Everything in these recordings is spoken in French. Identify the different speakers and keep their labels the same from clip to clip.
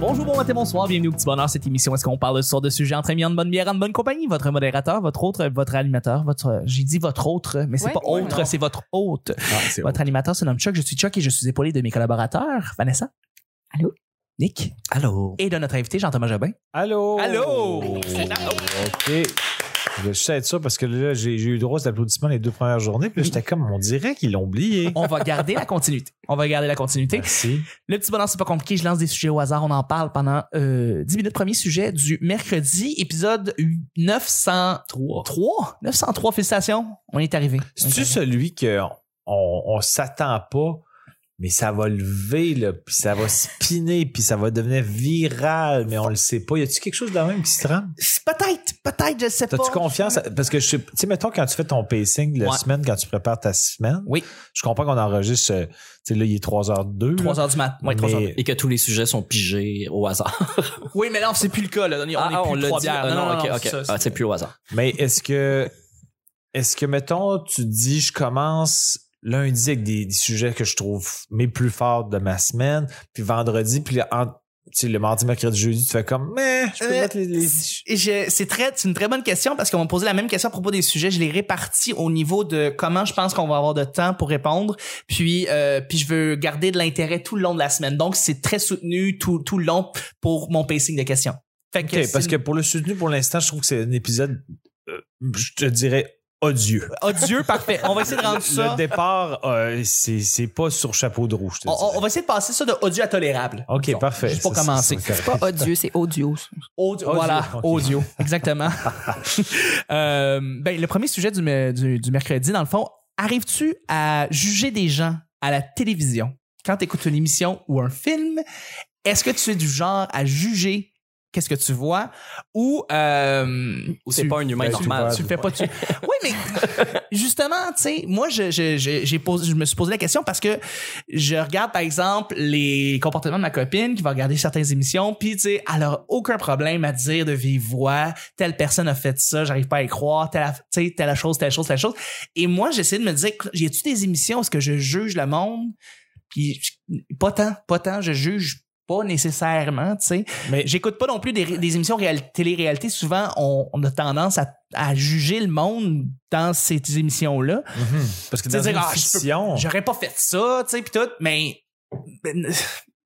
Speaker 1: Bonjour, bon matin, bonsoir, bienvenue au Petit Bonheur, cette émission où est-ce qu'on parle sur de sujets entre amis, en bonne bière, en bonne compagnie. Votre modérateur, votre autre, votre animateur, votre... J'ai dit votre autre, mais c'est
Speaker 2: Ouais.
Speaker 1: pas
Speaker 2: Ouais,
Speaker 1: autre,
Speaker 2: non.
Speaker 1: c'est votre hôte.
Speaker 3: Ah, c'est
Speaker 1: Votre animateur se nomme Chuck, je suis Chuck et je suis épaulé de mes collaborateurs, Vanessa.
Speaker 2: Allô?
Speaker 1: Nick.
Speaker 3: Allô.
Speaker 1: Et de notre invité, Jean-Thomas Jobin.
Speaker 3: Allô.
Speaker 1: Allô.
Speaker 3: OK. Je vais juste être sûr parce que là, j'ai j'ai eu droit aux applaudissements les deux premières journées. Puis là, j'étais comme, on dirait qu'ils l'ont oublié.
Speaker 1: On va garder la continuité. On va garder la continuité.
Speaker 3: Merci.
Speaker 1: Le petit bonheur, c'est pas compliqué. Je lance des sujets au hasard. On en parle pendant euh, 10 minutes. Premier sujet du mercredi, épisode 903. 903, félicitations. On est arrivé. On est
Speaker 3: C'est-tu
Speaker 1: arrivé.
Speaker 3: celui qu'on on, on s'attend pas, mais ça va lever, là, puis ça va spinner, puis ça va devenir viral, mais on le sait pas. Y a-tu quelque chose de même qui se trame?
Speaker 1: Peut-être, peut-être, je sais pas.
Speaker 3: T'as-tu confiance? Parce que je sais, tu sais, mettons, quand tu fais ton pacing la
Speaker 1: Ouais.
Speaker 3: semaine, quand tu prépares ta semaine,
Speaker 1: Oui.
Speaker 3: je comprends qu'on enregistre, euh, tu sais, là, il est 3h02.
Speaker 1: 3 heures du mat. Ouais, trois
Speaker 3: Mais-
Speaker 1: heures.
Speaker 4: Et que tous les sujets sont pigés au hasard.
Speaker 1: Oui, mais là, c'est plus le cas. Là. On est plus trois bières. non,
Speaker 4: Ah,
Speaker 1: non, non,
Speaker 4: ok,
Speaker 1: c'est
Speaker 4: ok.
Speaker 1: ça, c'est-
Speaker 4: Ah, c'est plus au hasard.
Speaker 3: Mais est-ce que, est-ce que, mettons, tu dis, je commence lundi avec des, des sujets que je trouve mes plus forts de ma semaine, puis vendredi, puis en- tu sais, le mardi, mercredi, jeudi, tu fais comme, mais je peux
Speaker 1: Euh,
Speaker 3: mettre les. les-
Speaker 1: Et je- C'est très, c'est une très bonne question parce qu'on m'a posé la même question à propos des sujets. Je les répartis au niveau de comment je pense qu'on va avoir de temps pour répondre. Puis, euh, puis je veux garder de l'intérêt tout le long de la semaine. Donc, c'est très soutenu tout, tout le long pour mon pacing de questions. Fait
Speaker 3: Ok, parce
Speaker 1: c'est
Speaker 3: que pour le soutenu, pour l'instant, je trouve que c'est un épisode, euh, je te dirais, odieux.
Speaker 1: odieux, parfait. On va essayer de rendre ça.
Speaker 3: Le départ, euh, c'est c'est pas sur chapeau de rouge. je te
Speaker 1: On, on-
Speaker 3: dirais.
Speaker 1: on va essayer de passer ça de odieux à tolérable.
Speaker 3: Ok,
Speaker 1: Disons,
Speaker 3: parfait.
Speaker 1: Juste pour
Speaker 3: Ça, c'est-
Speaker 1: commencer.
Speaker 3: c'est correct.
Speaker 2: Pas odieux, c'est audio.
Speaker 1: Audio,
Speaker 3: Audio,
Speaker 1: voilà,
Speaker 3: ok.
Speaker 1: audio, exactement. Euh, ben, le premier sujet du, me- du- du mercredi, dans le fond, arrives-tu à juger des gens à la télévision quand tu écoutes une émission ou un film? Est-ce que tu es du genre à juger qu'est-ce que tu vois ou, euh,
Speaker 4: Ou c'est
Speaker 1: tu-
Speaker 4: pas un humain
Speaker 3: ben, tu
Speaker 4: normal.
Speaker 3: vois,
Speaker 1: tu le fais pas tu... Oui, mais justement, tu sais, moi, je, je, je- j'ai posé, je me suis posé la question parce que je regarde, par exemple, les comportements de ma copine qui va regarder certaines émissions, puis, tu sais, elle a aucun problème à dire de vive voix, telle personne a fait ça, j'arrive pas à y croire, telle, aff- tu sais, telle chose, telle chose, telle chose. Et moi, j'essaie de me dire, y a-tu des émissions où est-ce que je juge le monde? Puis, je- pas tant, pas tant, je juge pas nécessairement, tu sais.
Speaker 3: Mais
Speaker 1: J'écoute pas non plus des, des émissions réal- télé-réalité. Souvent, on, on a tendance à, à juger le monde dans ces émissions-là.
Speaker 3: Mhm. Parce que
Speaker 1: Tu sais,
Speaker 3: dans
Speaker 1: dire,
Speaker 3: une
Speaker 1: ah, je peux-
Speaker 4: Oh.
Speaker 3: fiction,
Speaker 1: J'aurais pas fait ça, tu sais, pis tout, mais. ben,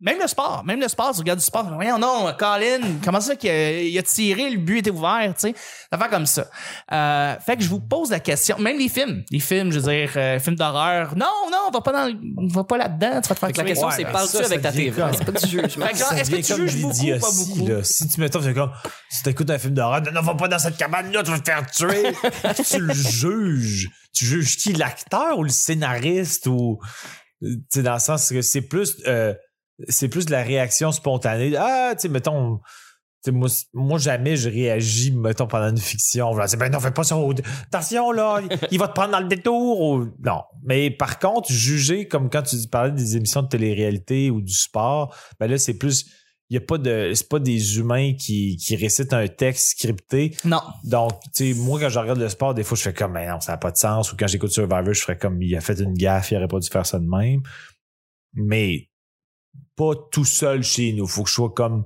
Speaker 1: Même le sport, même le sport, tu regardes du sport, voyons non, Colin, comment ça qu'il a, il a tiré, le but était ouvert, tu sais, affaire comme ça. Euh, fait que je vous pose la question, même les films, les films, je veux dire, euh, films d'horreur, non, non, va pas dans, le- va pas là-dedans, tu vas te faire
Speaker 4: Fait que la
Speaker 1: claquer.
Speaker 4: question,
Speaker 3: Ouais,
Speaker 4: c'est
Speaker 3: ça,
Speaker 4: parles-tu
Speaker 3: ça
Speaker 4: avec ta
Speaker 3: devient
Speaker 4: TV?
Speaker 3: comme-
Speaker 4: C'est pas du jugement.
Speaker 1: Fait que genre,
Speaker 3: Ça
Speaker 1: est-ce que
Speaker 3: devient
Speaker 1: tu
Speaker 3: comme
Speaker 1: juges beaucoup ou
Speaker 3: l'idiotie,
Speaker 1: pas beaucoup?
Speaker 3: là. Si tu mettons, c'est comme, si t'écoutes un film d'horreur, non, va pas dans cette cabane-là, tu vas te faire tuer. tu le juges. Tu juges qui, l'acteur ou le scénariste ou, tu sais, dans le sens que c'est plus, euh, c'est plus de la réaction spontanée. Ah, tu sais, mettons, tu sais, moi, c- moi, jamais je réagis, mettons, pendant une fiction. Voilà, c'est ben non, fais pas ça. au- Attention, là, il- il va te prendre dans le détour. ou- Non. Mais par contre, juger, comme quand tu parlais des émissions de télé-réalité ou du sport, ben là, c'est plus. Il y a pas de. C'est pas des humains qui, qui récitent un texte scripté.
Speaker 1: Non,
Speaker 3: Donc, tu sais, moi, quand je regarde le sport, des fois, je fais comme, mais non, ça n'a pas de sens. Ou quand j'écoute Survivor, je ferais comme, il a fait une gaffe, il aurait pas dû faire ça de même. Mais pas tout seul chez nous. Faut que je sois comme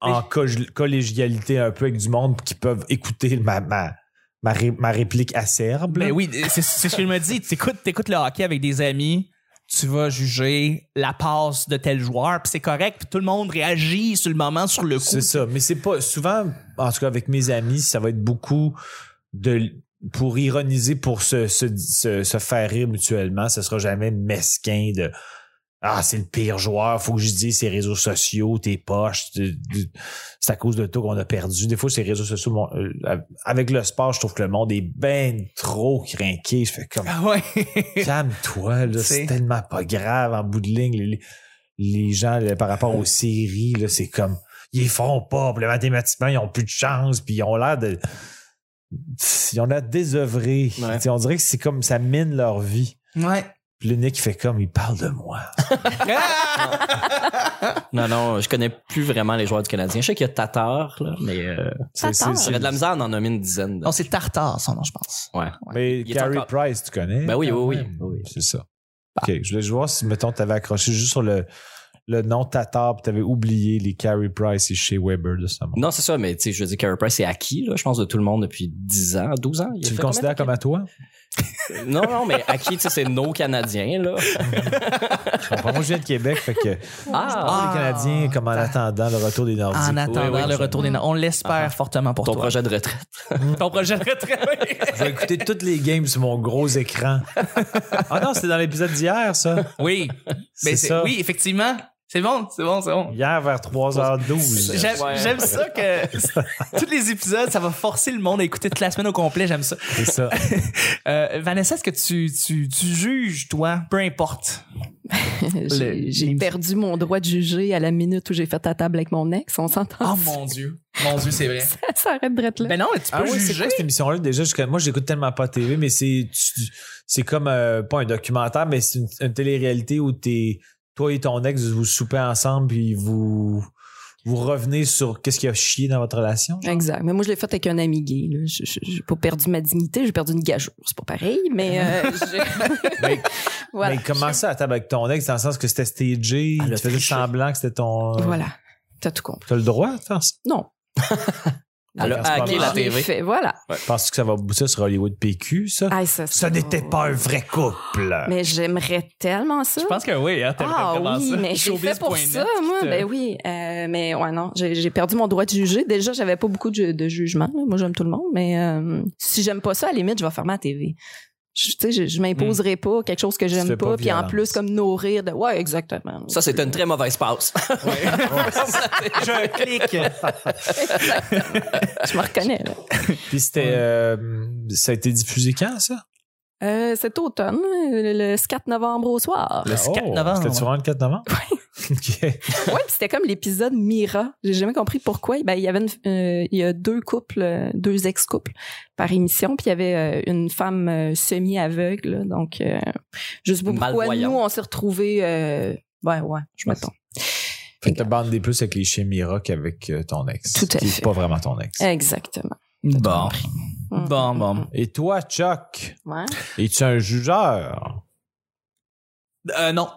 Speaker 3: en co- collégialité un peu avec du monde qui peuvent écouter ma, ma, ma, ré- ma réplique acerbe.
Speaker 1: Ben oui, c'est c'est ce que je me dis. T'écoutes, t'écoutes le hockey avec des amis, tu vas juger la passe de tel joueur, puis c'est correct, puis tout le monde réagit sur le moment, sur le coup.
Speaker 3: C'est ça, mais c'est pas souvent, en tout cas avec mes amis, ça va être beaucoup de pour ironiser, pour se, se, se- se faire rire mutuellement. Ce sera jamais mesquin de Ah, c'est le pire joueur, faut que je dise ses réseaux sociaux, tes poches, tu- tu- c'est à cause de toi qu'on a perdu. Des fois, ces réseaux sociaux, mon- euh, avec le sport, je trouve que le monde est ben trop craqué. Je fais comme
Speaker 1: Ah ouais.
Speaker 3: Calme-toi, là,
Speaker 1: C'est-
Speaker 3: c'est tellement pas grave en bout de ligne. Les, les gens, là, par rapport aux séries, là, c'est comme ils font pas, puis là, mathématiquement, ils ont plus de chance, puis ils ont l'air de. Ils ont l'air désœuvrés.
Speaker 4: Ouais.
Speaker 3: Tu sais, On dirait que c'est comme ça mine leur vie.
Speaker 1: ouais.
Speaker 3: Puis le Nick fait comme il parle de moi.
Speaker 1: Ah!
Speaker 4: Non, non, je connais plus vraiment les joueurs du Canadien. Je sais qu'il y a Tatar, là, mais euh,
Speaker 1: Ah,
Speaker 3: C'est- c'est-
Speaker 2: Tatar.
Speaker 3: c'est-
Speaker 4: j'aurais de la misère à en nommer une dizaine. là.
Speaker 1: non, c'est Tartare, son nom, je pense.
Speaker 4: Ouais.
Speaker 3: Mais
Speaker 4: Il est
Speaker 3: Carey
Speaker 4: encore-
Speaker 3: Price, tu connais?
Speaker 4: Ben oui,
Speaker 3: quand
Speaker 4: oui, oui.
Speaker 3: même.
Speaker 4: Oui, oui.
Speaker 3: C'est ça. OK. Je voulais juste voir si, mettons, t'avais accroché juste sur le, le nom Tatar, puis t'avais oublié les Carey Price et Shea Weber de ce monde.
Speaker 4: Non, c'est ça, mais tu sais, je veux dire, Carey Price est acquis, là, je pense, de tout le monde depuis 10 ans, 12 ans. Il a
Speaker 3: Tu le
Speaker 4: fait
Speaker 3: considères comme à toi?
Speaker 4: combien de- Non, non, mais acquis, tu sais, c'est nos Canadiens, là.
Speaker 3: Je comprends. Moi, je viens de Québec, fait que
Speaker 1: Ah.
Speaker 4: Ah,
Speaker 3: les Canadiens, comme en attendant le retour des Nordiques.
Speaker 1: En attendant
Speaker 4: oui,
Speaker 1: le retour des On l'espère fortement pour
Speaker 4: ton
Speaker 1: toi.
Speaker 4: projet de retraite.
Speaker 1: Ton projet de retraite.
Speaker 3: Je vais écouter toutes les games sur mon gros écran. Ah non, c'était dans l'épisode d'hier, ça.
Speaker 1: oui.
Speaker 3: C'est
Speaker 1: Mais
Speaker 3: ça.
Speaker 1: Ben, c'est- oui, effectivement. C'est bon, c'est bon, c'est bon.
Speaker 3: Hier vers 3h12.
Speaker 1: J'aime
Speaker 4: Ouais.
Speaker 1: j'aime ça que tous les épisodes, ça va forcer le monde à écouter toute la semaine au complet. J'aime ça.
Speaker 3: C'est ça.
Speaker 1: Euh, Vanessa, est-ce que tu, tu, tu juges, toi, peu importe? Le-
Speaker 2: J'ai j'ai perdu mon droit de juger à la minute où j'ai fait ta table avec mon ex. On s'entend.
Speaker 1: Oh mon Dieu. Mon Dieu, c'est vrai.
Speaker 2: Ça s'arrête d'être là.
Speaker 1: Ben non, mais tu peux
Speaker 3: Ah oui, c'est
Speaker 1: juger.
Speaker 3: quoi cette émission-là? Déjà, je- moi, j'écoute tellement pas de TV, mais c'est tu- c'est comme, euh, pas un documentaire, mais c'est une, une télé-réalité où t'es, toi et ton ex, vous soupez ensemble, puis vous, vous revenez sur qu'est-ce qui a chié dans votre relation.
Speaker 2: Exact. Mais moi, je l'ai fait avec un ami gay. là. Je- je- J'ai pas perdu ma dignité, j'ai perdu une gageure. C'est pas pareil, mais euh, je-
Speaker 3: Ben,
Speaker 2: voilà.
Speaker 3: Mais comment ça à table avec ton ex, dans le sens que c'était stagé,
Speaker 4: Elle a
Speaker 3: tu faisais
Speaker 4: triché.
Speaker 3: semblant que c'était ton...
Speaker 2: Voilà. T'as tout compris.
Speaker 3: T'as le droit de faire ça?
Speaker 2: Non.
Speaker 1: Ah,
Speaker 4: Elle a
Speaker 3: Ouais, c'est pas
Speaker 4: hacké
Speaker 3: mal.
Speaker 4: la
Speaker 2: Je l'ai
Speaker 4: TV.
Speaker 2: fait, Voilà.
Speaker 3: Penses-tu que ça va aboutir sur Hollywood PQ, ça?
Speaker 2: Ah, ça,
Speaker 3: Ce
Speaker 2: ça-
Speaker 3: n'était pas un vrai couple.
Speaker 2: Mais j'aimerais tellement ça.
Speaker 1: Je pense que oui, hein, t'aimerais
Speaker 2: Ah
Speaker 1: vraiment
Speaker 2: oui,
Speaker 1: ça.
Speaker 2: mais j'ai
Speaker 1: Showbiz
Speaker 2: fait pour
Speaker 1: point net,
Speaker 2: ça, moi.
Speaker 1: te-
Speaker 2: Ben oui, Euh, mais ouais, non, j'ai j'ai perdu mon droit de juger. Déjà, j'avais pas beaucoup de, ju- de jugement. là. Moi, j'aime tout le monde, mais euh, si j'aime pas ça, à la limite, je vais fermer la TV. Je, tu sais, je, je m'imposerai pas quelque chose que
Speaker 3: fais
Speaker 2: j'aime
Speaker 3: pas
Speaker 2: pas, puis en
Speaker 3: violence.
Speaker 2: plus, comme nourrir de... Ouais, exactement.
Speaker 4: Ça, c'était une très mauvaise passe.
Speaker 1: Je clique.
Speaker 2: Je me reconnais, là.
Speaker 3: Puis c'était... euh, ça a été diffusé quand, ça?
Speaker 2: Euh, cet automne, le, le 4 novembre au soir.
Speaker 1: Le 4
Speaker 3: Oh,
Speaker 1: novembre.
Speaker 3: C'était durant le 4 novembre? Oui.
Speaker 2: Ouais, puis c'était comme l'épisode Mira. J'ai jamais compris pourquoi. Ben, il y avait une- euh, il y a deux couples, euh, deux ex-couples par émission, puis il y avait euh, une femme euh, semi-aveugle. là. Donc, euh, je sais pas pourquoi
Speaker 4: Malvoyante.
Speaker 2: nous, on s'est retrouvés... euh, ouais, ouais, je m'attends.
Speaker 3: Fait que t'as bandé plus avec les chez Mira qu'avec euh, ton ex.
Speaker 2: Tout à
Speaker 3: qui est
Speaker 2: fait. Euh.
Speaker 3: pas vraiment ton ex.
Speaker 2: Exactement.
Speaker 1: Bon.
Speaker 2: Mm.
Speaker 1: Bon, bon.
Speaker 3: Et toi, Chuck,
Speaker 2: Ouais.
Speaker 3: es-tu un jugeur?
Speaker 1: Euh, non.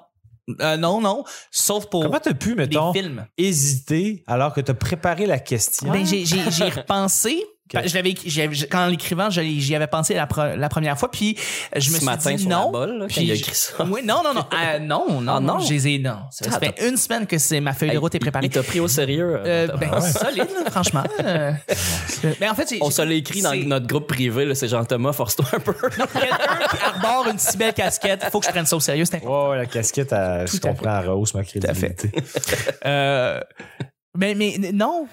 Speaker 1: Euh, non, non. Sauf
Speaker 2: Oh.
Speaker 1: pour
Speaker 3: Comment t'as pu,
Speaker 1: les
Speaker 3: mettons,
Speaker 1: films.
Speaker 3: hésiter alors que t'as préparé la question?
Speaker 1: Ben, j'ai, j'ai, j'ai repensé.
Speaker 3: Ok.
Speaker 1: Je l'avais- j'avais- quand en l'écrivant, je l'ai- j'y avais pensé la, pre- la première fois, puis euh, je me
Speaker 4: Ce
Speaker 1: suis
Speaker 4: matin,
Speaker 1: dit
Speaker 4: sur
Speaker 1: non.
Speaker 4: la bolle, là, quand
Speaker 1: puis
Speaker 4: il a
Speaker 1: je-
Speaker 4: écrit ça.
Speaker 1: Oui, non, non, non. Ah, non, non,
Speaker 4: Ah, non.
Speaker 1: non. Je les ai, non. Ça
Speaker 4: Ah,
Speaker 1: fait une semaine que c'est ma feuille de
Speaker 4: Hey,
Speaker 1: route est préparée.
Speaker 4: Il t'a pris au sérieux. euh,
Speaker 1: Euh,
Speaker 4: notamment.
Speaker 1: ben, solide, là, franchement. Euh, euh, mais en fait, j'ai-
Speaker 4: On se l'a écrit dans
Speaker 1: c'est-
Speaker 4: notre groupe privé, là, c'est Jean-Thomas, force-toi un peu.
Speaker 1: quelqu'un qui arbore une si belle casquette, faut que je prenne ça au sérieux, c'est important.
Speaker 3: Oh, la casquette, elle- je
Speaker 1: Tout à
Speaker 3: comprends, elle rehausse ma crédibilité.
Speaker 1: Euh, mais, mais non.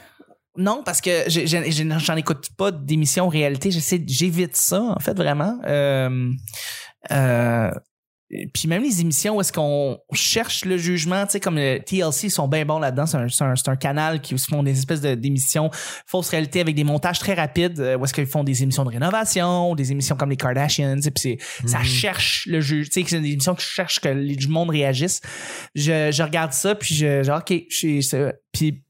Speaker 1: Non, parce que j'ai- j'ai- j'ai- j'en écoute pas d'émissions réalité. J'essaie, j'évite ça, en fait, vraiment. Euh, euh, puis même les émissions où est-ce qu'on cherche le jugement, tu sais, comme le TLC, ils sont bien bons là-dedans. C'est un, c'est un- c'est un canal qui se font des espèces de- d'émissions fausse réalité avec des montages très rapides euh, où est-ce qu'ils font des émissions de rénovation, des émissions comme les Kardashians, et puis c'est- ça cherche le juge. Tu sais, c'est une émission qui cherche que les- du monde réagisse. Je, je regarde ça, puis je, genre, OK, je suis- c'est- puis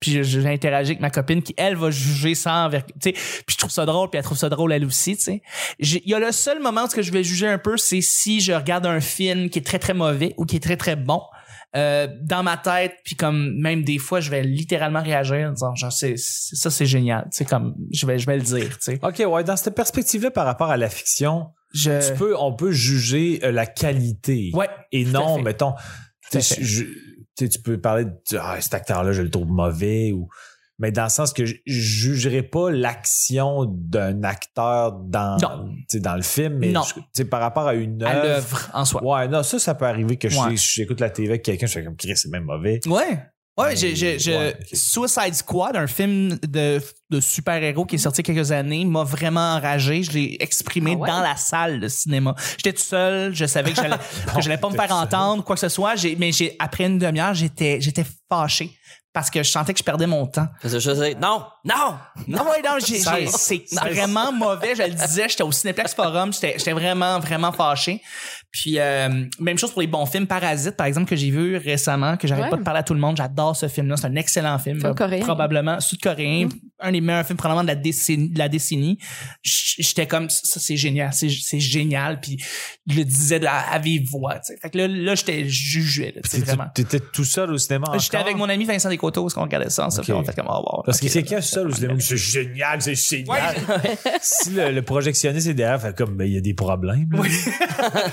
Speaker 1: puis je- je- j'interagis avec ma copine qui, elle, va juger sans... envers- tu sais, Puis je trouve ça drôle, puis elle trouve ça drôle, elle aussi, tu sais. J'ai- Il y a le seul moment où ce que je vais juger un peu, c'est si je regarde un film qui est très, très mauvais ou qui est très, très bon. euh, dans ma tête, puis comme même des fois, je vais littéralement réagir en disant genre, c'est- c'est- ça c'est génial, tu sais, comme je vais, je vais le dire, tu sais.
Speaker 3: OK, ouais, dans cette perspective-là par rapport à la fiction,
Speaker 1: Je...
Speaker 3: tu peux, on peut juger euh, la qualité.
Speaker 1: Euh. Ouais,
Speaker 3: Et
Speaker 1: à
Speaker 3: non,
Speaker 1: fait.
Speaker 3: mettons,
Speaker 1: Tout à
Speaker 3: tu sais,
Speaker 1: fait.
Speaker 3: je- tu sais, tu peux parler de ah, cet acteur-là, je le trouve mauvais ou. Mais dans le sens que je je jugerai pas l'action d'un acteur dans,
Speaker 1: Non.
Speaker 3: tu sais, dans le film, mais
Speaker 1: Non.
Speaker 3: je- tu sais, par rapport à une
Speaker 1: à
Speaker 3: œuvre.
Speaker 1: l'œuvre en soi.
Speaker 3: Ouais, non, ça, ça peut arriver que je-
Speaker 1: Ouais.
Speaker 3: j'écoute la TV avec quelqu'un, je fais comme Chris, c'est même mauvais.
Speaker 1: Ouais. Ouais,
Speaker 3: Mais-
Speaker 1: j'ai, j'ai- je-
Speaker 3: Euh, ouais, ok.
Speaker 1: Suicide Squad, un film de, de super-héros qui est sorti il y a quelques années, m'a vraiment enragé. Je l'ai exprimé
Speaker 2: Ah ouais?
Speaker 1: dans la salle de cinéma. J'étais tout seul, je savais que j'allais, que j'allais pas me faire
Speaker 3: t'étais seul.
Speaker 1: entendre, quoi que ce soit, j'ai, mais j'ai, après une demi-heure, j'étais, j'étais fâché parce que je sentais que je perdais mon temps.
Speaker 4: Parce que je sais, non, non,
Speaker 1: Non,
Speaker 4: non.
Speaker 1: ouais, non, j'ai- j'ai-
Speaker 3: Cesse.
Speaker 1: c'est vraiment mauvais. Je le disais, j'étais au Cineplex Forum, j'étais j'étais vraiment, vraiment fâché. Puis, euh, même chose pour les bons films. Parasite, par exemple, que j'ai vu récemment, que j'arrête
Speaker 2: Ouais.
Speaker 1: pas de parler à tout le monde. J'adore ce film-là. C'est un excellent film.
Speaker 2: Film coréen.
Speaker 1: Probablement sud-coréen, un des meilleurs films probablement de la décennie. De la décennie. J- J'étais comme ça, c'est génial, c'est c'est génial. Puis je le disais à, à vive voix. tu sais. Fait que là, là j'étais jugé. Là, tu sais,
Speaker 3: T'étais-
Speaker 1: vraiment.
Speaker 3: T'étais tout seul au cinéma
Speaker 1: J'étais
Speaker 3: encore?
Speaker 1: avec mon ami Vincent Descoteaux, parce qu'on regardait ça, ça
Speaker 3: Ok.
Speaker 1: fait on fait comme oh, wow,
Speaker 3: Parce
Speaker 1: ok,
Speaker 3: que c'est
Speaker 1: là,
Speaker 3: quelqu'un seul au cinéma. C'est génial, c'est génial. si le, le projectionniste est derrière, fait comme, ben, il y a des problèmes. là.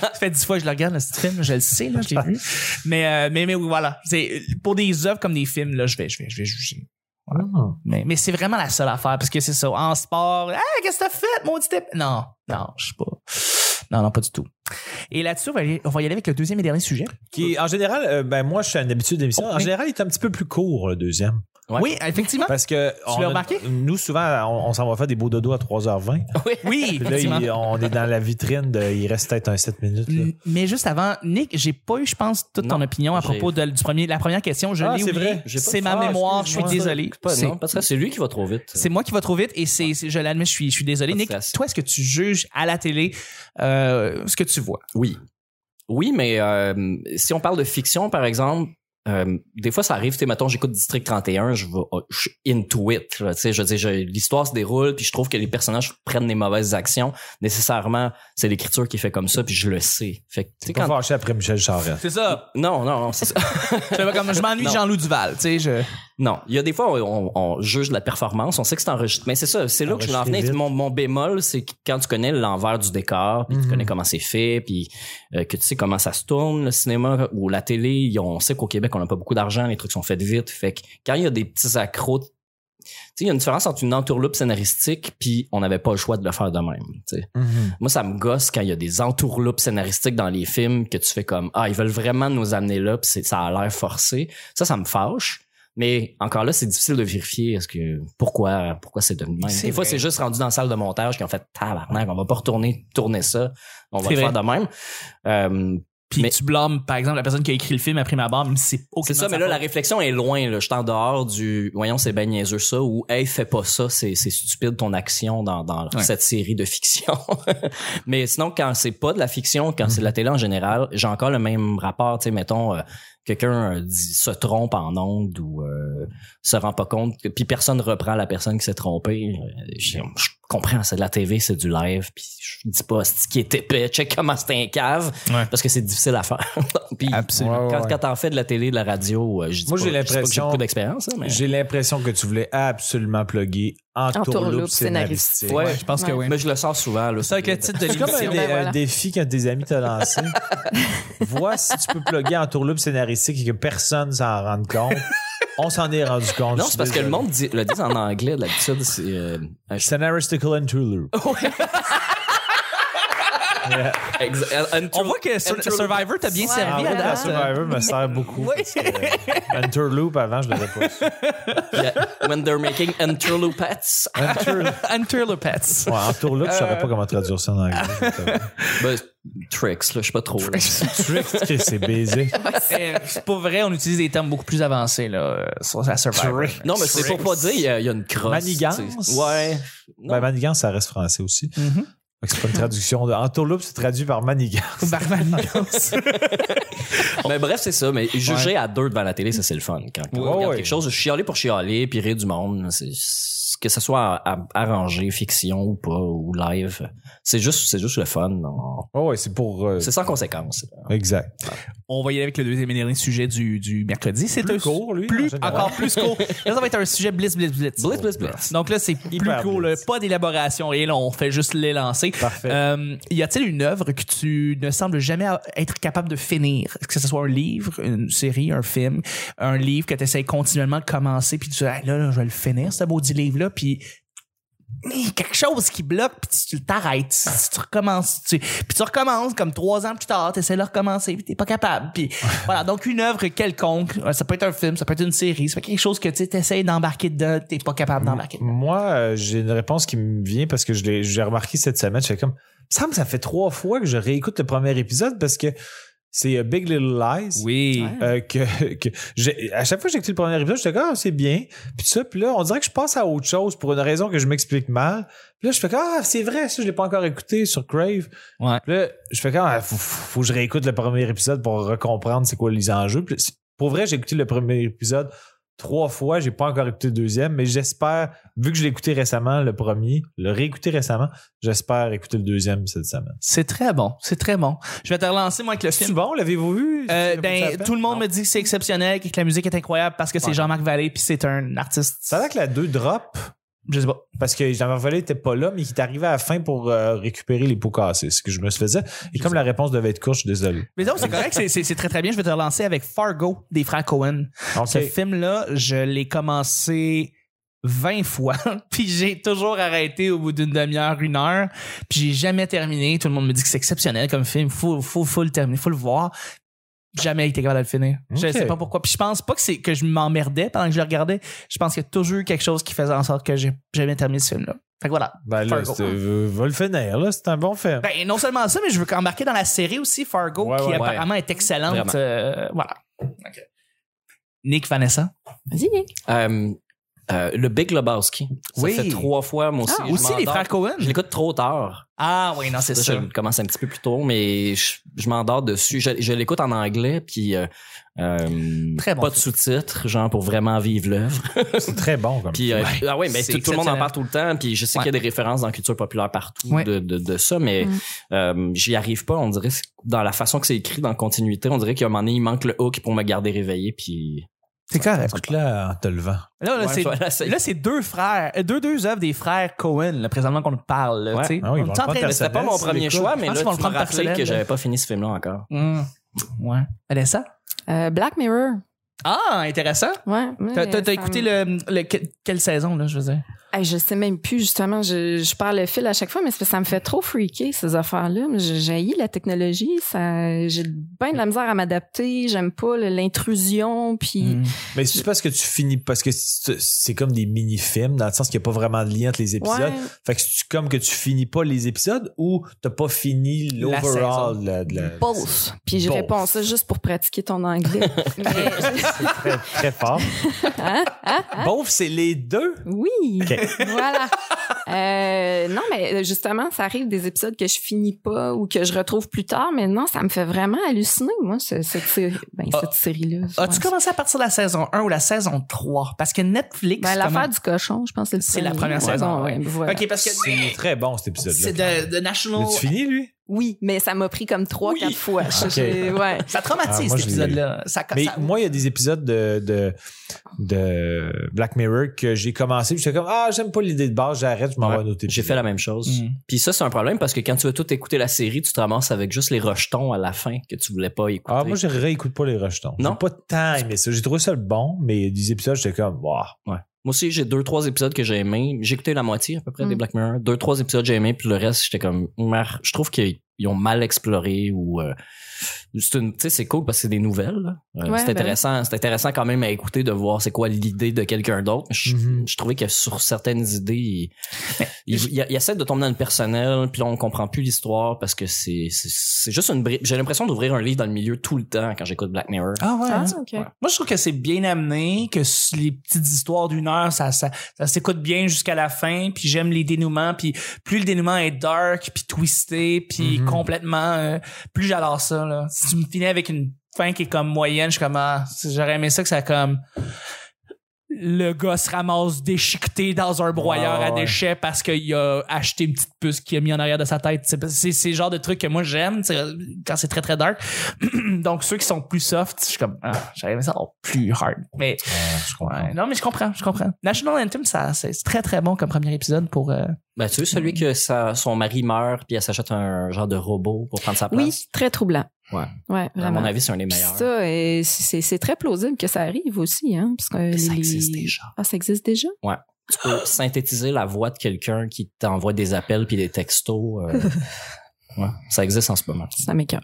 Speaker 1: Ça fait dix fois que je le regarde, le film, je le sais, là, je l'ai vu. Mais, euh, mais, mais oui, voilà. C'est, pour des œuvres comme des films, là, je vais, je vais, je vais juger.
Speaker 3: Ah.
Speaker 1: Mais, mais c'est vraiment la seule affaire, parce que c'est ça. En sport, ah, qu'est-ce que t'as fait, maudit ép- Non, non, je sais pas. Non, non, pas du tout. Et là-dessus, on va, aller, on va y aller avec le deuxième et dernier sujet.
Speaker 3: Qui, en général, euh, ben, moi, je suis un habitué d'émission. En
Speaker 1: Oui.
Speaker 3: général, il est un petit peu plus court, le deuxième.
Speaker 4: Ouais.
Speaker 1: Oui, effectivement.
Speaker 3: Parce que. on
Speaker 1: l'as
Speaker 3: a-
Speaker 1: remarqué?
Speaker 3: Nous, souvent, on, on s'en va faire des beaux dodos à 3h20.
Speaker 1: Oui,
Speaker 3: Puis là,
Speaker 1: effectivement.
Speaker 3: il- on est dans la vitrine de. Il reste peut-être un 7 minutes. là.
Speaker 1: M- Mais juste avant, Nick, j'ai pas eu, je pense, toute
Speaker 4: Non,
Speaker 1: ton opinion à
Speaker 4: j'ai-
Speaker 1: propos de du premier, la première question. Je
Speaker 3: Ah,
Speaker 1: l'ai
Speaker 3: c'est
Speaker 1: oublié.
Speaker 3: vrai.
Speaker 4: J'ai pas-
Speaker 1: C'est ma
Speaker 3: Ah,
Speaker 1: mémoire, je suis
Speaker 3: excuse-moi.
Speaker 1: désolé.
Speaker 4: Pas,
Speaker 1: C'est-
Speaker 4: non, parce que c'est lui qui va trop vite.
Speaker 1: C'est moi qui va trop vite et c'est, c'est- je l'admets, je suis, je suis désolé.
Speaker 4: Pas de
Speaker 1: Nick,
Speaker 4: stress.
Speaker 1: toi, est-ce que tu juges à la télé euh, ce que tu vois?
Speaker 4: Oui. Oui, mais euh, si on parle de fiction, par exemple, euh, des fois, ça arrive, tu sais, mettons, j'écoute District 31, je, vais, oh, je suis into it. là, Tu sais, je veux dire, je- l'histoire se déroule, puis je trouve que les personnages prennent des mauvaises actions. Nécessairement, c'est l'écriture qui fait comme ça, puis je le sais. Fait que, tu sais,
Speaker 3: Pas
Speaker 4: quand-
Speaker 3: fâché après Michel Charette.
Speaker 1: C'est ça.
Speaker 4: Non, non, non, c'est ça.
Speaker 1: comme, je m'ennuie de
Speaker 4: Non.
Speaker 1: Jean-Loup Duval, tu sais, je...
Speaker 4: Non, il y a des fois, on, on- on juge de la performance, on sait que c'est enregistré. Mais c'est ça, c'est là que je voulais en
Speaker 3: Enregistré
Speaker 4: venais.
Speaker 3: vite.
Speaker 4: Mon, mon bémol, c'est que quand tu connais l'envers du décor, puis
Speaker 3: Mhm.
Speaker 4: tu connais comment c'est fait, puis euh, que tu sais comment ça se tourne, le cinéma ou la télé, ils ont- on sait qu'au Québec, on n'a pas beaucoup d'argent, les trucs sont faits vite. Fait que quand il y a des petits accros, tu sais, il y a une différence entre une entourloupe scénaristique, puis on n'avait pas le choix de le faire de même. tu sais. Moi, ça me gosse quand il y a des entourloupes scénaristiques dans les films que tu fais comme Ah, ils veulent vraiment nous amener là, puis c'est- ça a l'air forcé. Ça, ça me fâche. Mais encore là, c'est difficile de vérifier est-ce que pourquoi pourquoi c'est devenu de même.
Speaker 1: C'est
Speaker 4: Des fois,
Speaker 1: vrai.
Speaker 4: c'est juste rendu dans la salle de montage qui ont fait tabarnak, on va pas retourner tourner ça, on va
Speaker 1: C'est
Speaker 4: le
Speaker 1: vrai.
Speaker 4: faire de même. Euh,
Speaker 1: Puis
Speaker 4: Mais-
Speaker 1: tu blâmes, par exemple, la personne qui a écrit le film après ma barre, mais c'est
Speaker 4: c'est ça, mais là, la réflexion est loin. Là. Je suis en dehors du voyons, c'est ben niaiseux ça ou hey, fais pas ça, c'est, c'est stupide ton action dans, dans
Speaker 1: Ouais.
Speaker 4: cette série de fiction. mais sinon, quand c'est pas de la fiction, quand c'est de la télé en général, j'ai encore le même rapport. Tu sais, mettons, euh, quelqu'un euh, dit- se trompe en onde ou euh, se rend pas compte, que- puis personne reprend la personne qui s'est trompée. Euh, Je, je comprends, c'est de la TV, c'est du live, puis je dis pas ce qui est épais, check comment c'est un cave,
Speaker 1: Ouais.
Speaker 4: parce que c'est difficile à faire. Puis,
Speaker 1: Absolument.
Speaker 4: quand, quand t'en fais de la télé, de la radio, euh, je dis
Speaker 3: Moi,
Speaker 4: pas-
Speaker 3: j'ai
Speaker 4: je dis pas que
Speaker 3: l'impression-
Speaker 4: j'ai beaucoup d'expérience, hein, mais
Speaker 3: J'ai l'impression que tu voulais absolument plugger en
Speaker 2: Entourloupe
Speaker 3: tourloupe
Speaker 2: scénaristique.
Speaker 3: scénaristique.
Speaker 4: Ouais.
Speaker 1: Je pense que oui.
Speaker 4: mais je le sens souvent. Là,
Speaker 1: Ça, avec le titre de
Speaker 3: C'est comme un, euh,
Speaker 1: l'émission.
Speaker 3: dé-
Speaker 2: Ben
Speaker 3: un
Speaker 2: voilà.
Speaker 3: défi qu'un de tes amis t'a lancé. Vois si tu peux plugger en tourloupe scénaristique et que personne s'en rende compte. On s'en est rendu compte.
Speaker 4: Non,
Speaker 3: je suis
Speaker 4: c'est parce que
Speaker 3: désolé.
Speaker 4: le monde dit, le dit en anglais d'habitude. C'est, euh, un-
Speaker 3: Scénaristical and tourloupe.
Speaker 4: Oh, ex- un- un-
Speaker 1: On voit que Sur- Survivor t'a bien
Speaker 2: Ouais.
Speaker 1: servi
Speaker 3: Ah
Speaker 1: à
Speaker 3: oui, la
Speaker 1: date.
Speaker 4: hein?
Speaker 3: Survivor me sert beaucoup.
Speaker 1: Oui.
Speaker 3: parce que, euh, Interloop, avant, je l'avais pas. su.
Speaker 4: yeah, when they're making interlopats.
Speaker 3: Interloop.
Speaker 1: Interlopets.
Speaker 3: Ouais, en tourloupe, je
Speaker 4: Euh.
Speaker 3: saurais pas comment traduire ça en anglais. je t'avoue.
Speaker 4: Ben, tricks, là, je sais pas trop. là.
Speaker 3: Trick, Chris, c'est baisé.
Speaker 1: Eh, C'est pas vrai, on utilise des termes beaucoup plus avancés là, euh, sur la Survivor.
Speaker 4: Non, mais c'est pour pas dire, il y, a- il y a une crosse.
Speaker 3: Manigance.
Speaker 4: tu sais. Ouais. Non. Mm-hmm.
Speaker 3: Ben, manigance, ça reste français aussi.
Speaker 1: Mhm.
Speaker 3: Fait que C'est pas une traduction. De... En tourloupe, c'est traduit par manigance.
Speaker 1: Barman.
Speaker 4: Mais bref, c'est ça. Mais juger à deux devant la télé, ça, c'est le fun. Quand, quand
Speaker 3: Ouais,
Speaker 4: on regarde
Speaker 3: ouais.
Speaker 4: quelque chose, chialer pour chialer, puis rire du monde, c'est- c'est- que ce soit à- à- arrangé, fiction ou pas, ou live, c'est juste, c'est juste le fun. On-
Speaker 3: Oh, ouais, c'est pour. euh,
Speaker 4: C'est sans conséquence.
Speaker 3: Exact.
Speaker 1: On va y aller avec le deuxième et dernier sujet du, du mercredi. C'est
Speaker 3: Plus
Speaker 1: un
Speaker 3: court, lui, en
Speaker 1: Plus,
Speaker 3: général.
Speaker 1: encore plus court. Là, ça va être un sujet blitz, blitz, blitz.
Speaker 4: Blitz, blitz, blitz.
Speaker 1: Donc là, c'est plus
Speaker 3: Hyper
Speaker 1: court,
Speaker 3: blitz.
Speaker 1: là. pas d'élaboration, rien. là, on fait juste les lancer.
Speaker 3: Parfait.
Speaker 1: Euh, y a-t-il une œuvre que tu ne sembles jamais a- être capable de finir? Que ce soit un livre, une série, un film, un livre que tu essaies continuellement de commencer, puis tu dis, Hey, là, là, je vais le finir, ce maudit livre-là, puis mais quelque chose qui bloque, puis tu- tu t'arrêtes, tu, tu recommences, tu, puis tu recommences comme trois ans plus tard, tu essaies de recommencer, puis t'es pas capable. Puis voilà, donc une œuvre quelconque, euh, ça peut être un film, ça peut être une série, ça peut être quelque chose que tu essaies d'embarquer dedans, t'es pas capable d'embarquer dedans.
Speaker 3: Moi, euh, j'ai une réponse qui me vient parce que je l'ai j'ai remarqué cette semaine. Je fais comme. Ça me ça fait trois fois que je réécoute le premier épisode parce que c'est euh, Big Little Lies.
Speaker 1: Oui.
Speaker 3: Euh, que, que j'ai- à chaque fois que j'écoute le premier épisode, j'étais comme ah, c'est bien. Puis ça, puis là, on dirait que je passe à autre chose pour une raison que je m'explique mal. Puis là, je fais comme ah, c'est vrai, ça, je l'ai pas encore écouté sur Crave.
Speaker 1: Ouais.
Speaker 3: Puis là, je fais comme ah, faut, faut- faut que je réécoute le premier épisode pour comprendre c'est quoi les enjeux. Puis c'est- pour vrai, j'ai écouté le premier épisode trois fois. J'ai pas encore écouté le deuxième, mais j'espère, vu que je l'ai écouté récemment, le premier, le réécouté récemment, j'espère écouter le deuxième cette semaine.
Speaker 1: C'est très bon. C'est très bon. Je vais te relancer, moi, avec le
Speaker 3: C'est
Speaker 1: film.
Speaker 3: bon, l'avez-vous vu?
Speaker 1: Euh,
Speaker 3: Ça vaut-tu la
Speaker 1: ben,
Speaker 3: peine?
Speaker 1: tout le monde
Speaker 3: Non.
Speaker 1: me dit que c'est exceptionnel, que la musique est incroyable parce que c'est
Speaker 4: Ouais.
Speaker 1: Jean-Marc Vallée puis c'est un artiste.
Speaker 3: Ça a l'air que la 2 drop
Speaker 1: Je sais pas.
Speaker 3: parce que Jean-Marc Vallée était pas là, mais qu'il est arrivé à la fin pour euh, récupérer les pots cassés. C'est ce que je me suis fait dire. Et
Speaker 1: Je
Speaker 3: comme
Speaker 1: sais.
Speaker 3: la réponse devait être courte, je suis désolé.
Speaker 1: Mais donc, c'est correct, c'est- c'est c'est très très bien. Je vais te relancer avec Fargo des frères Cohen.
Speaker 3: Ok.
Speaker 1: Ce film-là, je l'ai commencé 20 fois, puis j'ai toujours arrêté au bout d'une demi-heure, une heure, puis j'ai jamais terminé. Tout le monde me dit que c'est exceptionnel comme film, faut, faut, faut le terminer, faut le voir. Jamais été capable de le finir. Je
Speaker 3: Ok.
Speaker 1: sais pas pourquoi. Puis je pense pas que c'est que je m'emmerdais pendant que je le regardais. Je pense qu'il y a toujours eu quelque chose qui faisait en sorte que j'ai jamais terminé ce film-là. Fait que voilà.
Speaker 3: Ben là,
Speaker 1: Fargo.
Speaker 3: c'est- euh, va le finir, là. C'est un bon film.
Speaker 1: Ben, non seulement ça, mais je veux embarquer dans la série aussi, Fargo,
Speaker 3: Ouais,
Speaker 1: qui
Speaker 3: ouais,
Speaker 1: apparemment est excellente.
Speaker 4: Vraiment.
Speaker 1: Euh, voilà. Nick Vanessa.
Speaker 2: Vas-y, Nick.
Speaker 4: Euh, euh, le Big Lebowski. Ça
Speaker 1: Oui.
Speaker 4: fait trois fois, moi aussi.
Speaker 2: Ah,
Speaker 4: je
Speaker 1: aussi les
Speaker 4: m'endors.
Speaker 1: frères Cohen.
Speaker 4: Je l'écoute trop tard.
Speaker 1: Ah oui, non, c'est
Speaker 4: Ça,
Speaker 1: ça.
Speaker 4: Je commence un petit peu plus tôt, mais je, je m'endors dessus. Je, je l'écoute en anglais, puis euh, euh,
Speaker 1: Très bon
Speaker 4: pas de
Speaker 1: film. Ah,
Speaker 4: sous-titres, genre pour vraiment vivre l'œuvre.
Speaker 1: Ben,
Speaker 3: C'est très bon comme
Speaker 4: Puis euh,
Speaker 1: Ouais.
Speaker 4: ah ouais, mais
Speaker 1: C'est
Speaker 4: tout, tout le monde en
Speaker 1: exceptionnel.
Speaker 4: parle tout le temps. Puis je sais
Speaker 1: Ouais.
Speaker 4: qu'il y a des références dans la culture populaire partout
Speaker 1: Ouais.
Speaker 4: de, de, de ça, mais
Speaker 2: Mm.
Speaker 4: euh, j'y arrive pas. On dirait que dans la façon que c'est écrit, dans la continuité, on dirait qu'à un moment donné, il manque le hook pour me garder réveillé. Puis
Speaker 1: C'est correct.
Speaker 3: Écoute là en te levant.
Speaker 1: Là, là,
Speaker 4: Ouais,
Speaker 1: c'est,
Speaker 4: je vais l'essayer.
Speaker 1: là, c'est deux frères, euh, deux, deux œuvres des frères Cohen, là, présentement qu'on parle. là,
Speaker 4: Ouais.
Speaker 1: tu sais.
Speaker 3: Ah oui, ils
Speaker 1: On
Speaker 3: vont
Speaker 1: est en
Speaker 3: le prendre
Speaker 1: train de-
Speaker 4: c'était pas mon
Speaker 3: c'est
Speaker 4: premier
Speaker 3: l'écoute.
Speaker 4: choix, mais
Speaker 1: Je pense
Speaker 4: là,
Speaker 1: qu'ils vont
Speaker 4: tu
Speaker 1: le prendre
Speaker 4: me rappelais
Speaker 1: personnel,
Speaker 4: que
Speaker 1: là.
Speaker 4: j'avais pas fini ce film-là encore.
Speaker 1: Hum. Ouais. Vanessa?
Speaker 2: Euh, Black Mirror.
Speaker 1: Ah, intéressant.
Speaker 2: Ouais.
Speaker 1: T'as,
Speaker 2: ouais,
Speaker 1: t'as- t'as
Speaker 2: ça
Speaker 1: écouté
Speaker 2: me-
Speaker 1: le, le- que- quelle saison, là, je veux dire?
Speaker 2: Hey, je sais même plus, justement. Je, je parle le fil à chaque fois, mais c'est parce que ça me fait trop freaker, ces affaires-là. Mais je- J'haïs la technologie. ça J'ai bien de la misère à m'adapter. J'aime pas le- l'intrusion. Puis.
Speaker 1: Hum.
Speaker 3: Mais c'est parce que tu finis parce que c'est c'est comme des mini-films dans le sens qu'il n'y a pas vraiment de lien entre les épisodes.
Speaker 2: Ouais.
Speaker 3: Fait que c'est comme que tu finis pas les épisodes ou t'as pas fini l'overall de la- de la-
Speaker 2: Both. Puis je
Speaker 3: Both.
Speaker 2: réponds ça juste pour pratiquer ton anglais. Mais-
Speaker 3: Très, très fort.
Speaker 2: Hein? Hein? Hein?
Speaker 3: Both, c'est les deux.
Speaker 2: Oui.
Speaker 3: OK.
Speaker 2: Voilà. Euh, non, mais justement, ça arrive des épisodes que je finis pas ou que je retrouve plus tard. Mais non, ça me fait vraiment halluciner, moi, ce- cette, série- ben,
Speaker 1: Ah.
Speaker 2: cette série-là.
Speaker 1: As-tu
Speaker 2: Ouais.
Speaker 1: commencé à partir de la saison 1 ou la saison 3? Parce que Netflix.
Speaker 2: Ben, l'affaire
Speaker 1: comment-
Speaker 2: du cochon, je pense que c'est
Speaker 1: C'est
Speaker 2: le
Speaker 1: la
Speaker 2: premier.
Speaker 1: première saison,
Speaker 2: bon,
Speaker 1: ouais.
Speaker 2: ben, voilà.
Speaker 1: Ok, parce que.
Speaker 3: C'est très bon cet
Speaker 1: C'est
Speaker 3: épisode-là.
Speaker 1: de, de National.
Speaker 3: L'as-tu fini, lui?
Speaker 2: Oui, mais ça m'a pris comme trois,
Speaker 1: Oui.
Speaker 2: quatre fois. Je-
Speaker 3: Ok.
Speaker 2: je- ouais.
Speaker 1: Ça traumatise
Speaker 3: Ah,
Speaker 1: cet
Speaker 3: moi, je l'ai eu.
Speaker 1: épisode-là. Ça,
Speaker 3: Mais
Speaker 1: ça-
Speaker 3: moi, il y a des épisodes de, de, de Black Mirror que j'ai commencé. puis J'étais comme, ah, j'aime pas l'idée de base, j'arrête, je m'en
Speaker 4: Ouais.
Speaker 3: vais à un autre épisode.
Speaker 4: J'ai fait la même chose.
Speaker 1: Hum.
Speaker 4: Puis ça, c'est un problème parce que quand tu veux tout écouter la série, tu te ramasses avec juste les rejetons à la fin que tu voulais pas écouter.
Speaker 3: Ah, moi, je réécoute pas les rejetons.
Speaker 4: Non?
Speaker 3: J'ai pas tant aimé ça. J'ai trouvé ça bon, mais des épisodes, j'étais comme, waouh.
Speaker 4: Moi aussi, j'ai deux, trois épisodes que j'ai aimés. J'ai écouté la moitié à peu près
Speaker 2: Mm.
Speaker 4: des Black Mirror. Deux, trois épisodes j'ai aimé, puis le reste, j'étais comme, Mar- je trouve qu'ils ils ont mal exploré ou, euh, c'est une- tu sais, c'est cool parce que c'est des nouvelles. là. Euh,
Speaker 2: Ouais,
Speaker 4: c'est
Speaker 2: ben
Speaker 4: intéressant, c'est intéressant quand même à écouter de voir c'est quoi l'idée de quelqu'un d'autre. Mais Je,
Speaker 3: Mhm.
Speaker 4: je trouvais que sur certaines idées, ils il, il- il essaie de tomber dans le personnel, puis là, on comprend plus l'histoire parce que c'est, c'est, c'est juste une bri- J'ai l'impression d'ouvrir un livre dans le milieu tout le temps quand j'écoute Black Mirror.
Speaker 1: Ah ouais. hein?
Speaker 2: Ah, ok.
Speaker 4: Ouais.
Speaker 1: Moi, je trouve que c'est bien amené, que s- les petites histoires d'une heure, ça, ça, ça s'écoute bien jusqu'à la fin, puis j'aime les dénouements, puis plus le dénouement est dark, puis twisté, puis
Speaker 3: Mhm.
Speaker 1: complètement, euh, plus j'adore ça. Là. Si tu me finis avec une fin qui est comme moyenne, je suis comme, ah, c'est- j'aurais aimé ça que ça comme... Le gars se ramasse déchiqueté dans un broyeur
Speaker 3: Ouais,
Speaker 1: à
Speaker 3: ouais.
Speaker 1: déchets parce qu'il a acheté une petite puce qu'il a mis en arrière de sa tête. C'est- C'est c'est le genre de truc que moi j'aime c'est- quand c'est très très dark. Donc ceux qui sont plus soft, je suis comme ah, j'aurais aimé ça encore plus hard. Mais
Speaker 3: je comprends.
Speaker 1: ouais, non mais je comprends, je comprends. National Anthem ça c'est c'est très très bon comme premier épisode pour euh,
Speaker 4: Ben, tu veux
Speaker 2: Mm.
Speaker 4: celui que sa- son mari meurt, puis elle s'achète un genre de robot pour prendre sa place?
Speaker 2: Oui, très troublant.
Speaker 4: Ouais.
Speaker 2: Ouais,
Speaker 4: À
Speaker 2: vraiment.
Speaker 4: mon avis, c'est un des
Speaker 2: Puis
Speaker 4: meilleurs.
Speaker 2: ça, euh, c'est c'est très plausible que ça arrive aussi, hein, parce que
Speaker 4: ça
Speaker 2: les-
Speaker 4: existe déjà.
Speaker 2: Ah, ça existe déjà.
Speaker 4: Tu peux synthétiser la voix de quelqu'un qui t'envoie des appels puis des textos. euh, ouais, ça existe en ce moment.
Speaker 2: Ça m'écoeure.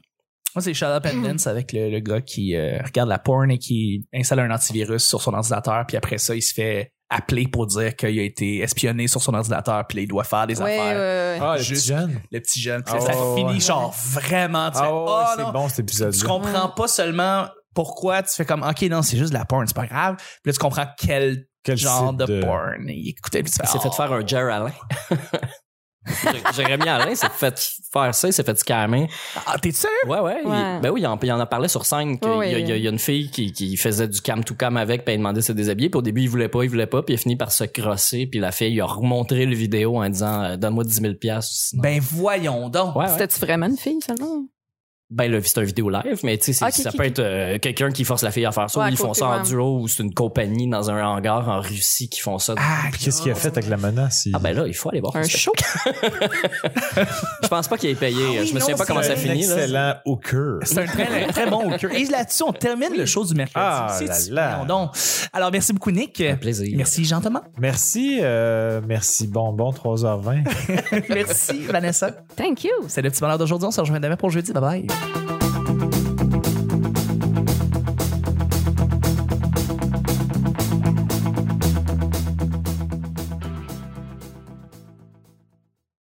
Speaker 1: moi c'est Shut Up and Dance avec le, le gars qui euh, regarde la porn et qui installe un antivirus sur son ordinateur puis après ça il se fait appeler pour dire qu'il a été espionné sur son ordinateur puis là, il doit faire des
Speaker 2: Ouais, ouais,
Speaker 1: affaires.
Speaker 2: ouais.
Speaker 3: Ah, le
Speaker 1: Juste-
Speaker 3: petit jeune.
Speaker 1: Le petit jeune puis là,
Speaker 3: Ah,
Speaker 1: ça
Speaker 3: ouais,
Speaker 1: finit
Speaker 3: ouais.
Speaker 1: genre vraiment tu fais,
Speaker 3: Ah, ouais, ouais,
Speaker 1: oh,
Speaker 3: c'est
Speaker 1: non,
Speaker 3: bon cet
Speaker 1: tu
Speaker 3: épisode-là.
Speaker 1: comprends pas seulement pourquoi tu fais comme ok non c'est juste de la porn c'est pas grave puis là tu comprends quel
Speaker 3: Quel
Speaker 1: genre
Speaker 3: type
Speaker 1: de, porn il écoutait puis tu fais,
Speaker 4: Il s'est
Speaker 1: oh.
Speaker 4: fait faire un Jer Allen. J- Jérémy Alain s'est fait faire ça, il s'est fait scammer.
Speaker 1: Ah, t'es sûr?
Speaker 4: Ouais, ouais. il-
Speaker 2: Ouais.
Speaker 4: ben oui, il en, il en a parlé sur scène. qu'il
Speaker 2: Ouais,
Speaker 4: y, a- il y a- il y a une fille qui, qui faisait du cam to cam avec, puis elle demandait de se déshabiller. Puis au début, il voulait pas, il voulait pas. Puis il a fini par se crosser. Puis la fille, il a remontré le vidéo en disant euh, Donne-moi 10 000 sinon.
Speaker 1: Ben voyons donc.
Speaker 4: Ouais, ouais.
Speaker 2: C'était-tu vraiment une fille seulement?
Speaker 4: Ben, le- c'est un vidéo live, mais tu sais, c'est-
Speaker 2: Ah, Ok,
Speaker 4: ça
Speaker 2: ok,
Speaker 4: peut
Speaker 2: ok.
Speaker 4: être euh, quelqu'un qui force la fille à faire ça.
Speaker 2: Ouais,
Speaker 4: ou ils
Speaker 2: à
Speaker 4: font
Speaker 2: côté,
Speaker 4: ça en
Speaker 2: ouais.
Speaker 4: duo, ou c'est une compagnie dans un hangar en Russie qui font ça. Ah,
Speaker 1: Ah,
Speaker 3: Puis qu'est-ce qu'il a fait avec la menace? il-
Speaker 4: ben là, il faut aller voir.
Speaker 2: Un
Speaker 4: ça.
Speaker 2: show?
Speaker 4: Je pense pas qu'il ait payé.
Speaker 1: Ah oui,
Speaker 4: je me
Speaker 1: non,
Speaker 4: souviens pas
Speaker 1: c'est
Speaker 4: comment ça
Speaker 3: un
Speaker 4: finit. là.
Speaker 3: excellent hooker.
Speaker 1: C'est un très, très bon au cœur. Et là-dessus, on termine le show du mercredi.
Speaker 3: Ah
Speaker 1: C'est
Speaker 3: là
Speaker 1: du-
Speaker 3: là.
Speaker 1: voyons donc. Alors, merci beaucoup, Nick.
Speaker 4: Un plaisir.
Speaker 1: Merci, Jean-Thomas.
Speaker 3: Merci, euh, merci bonbon 3h20.
Speaker 1: merci, Vanessa.
Speaker 2: Thank you.
Speaker 1: C'est le petit bonheur d'aujourd'hui. On se rejoint demain pour jeudi. Bye bye.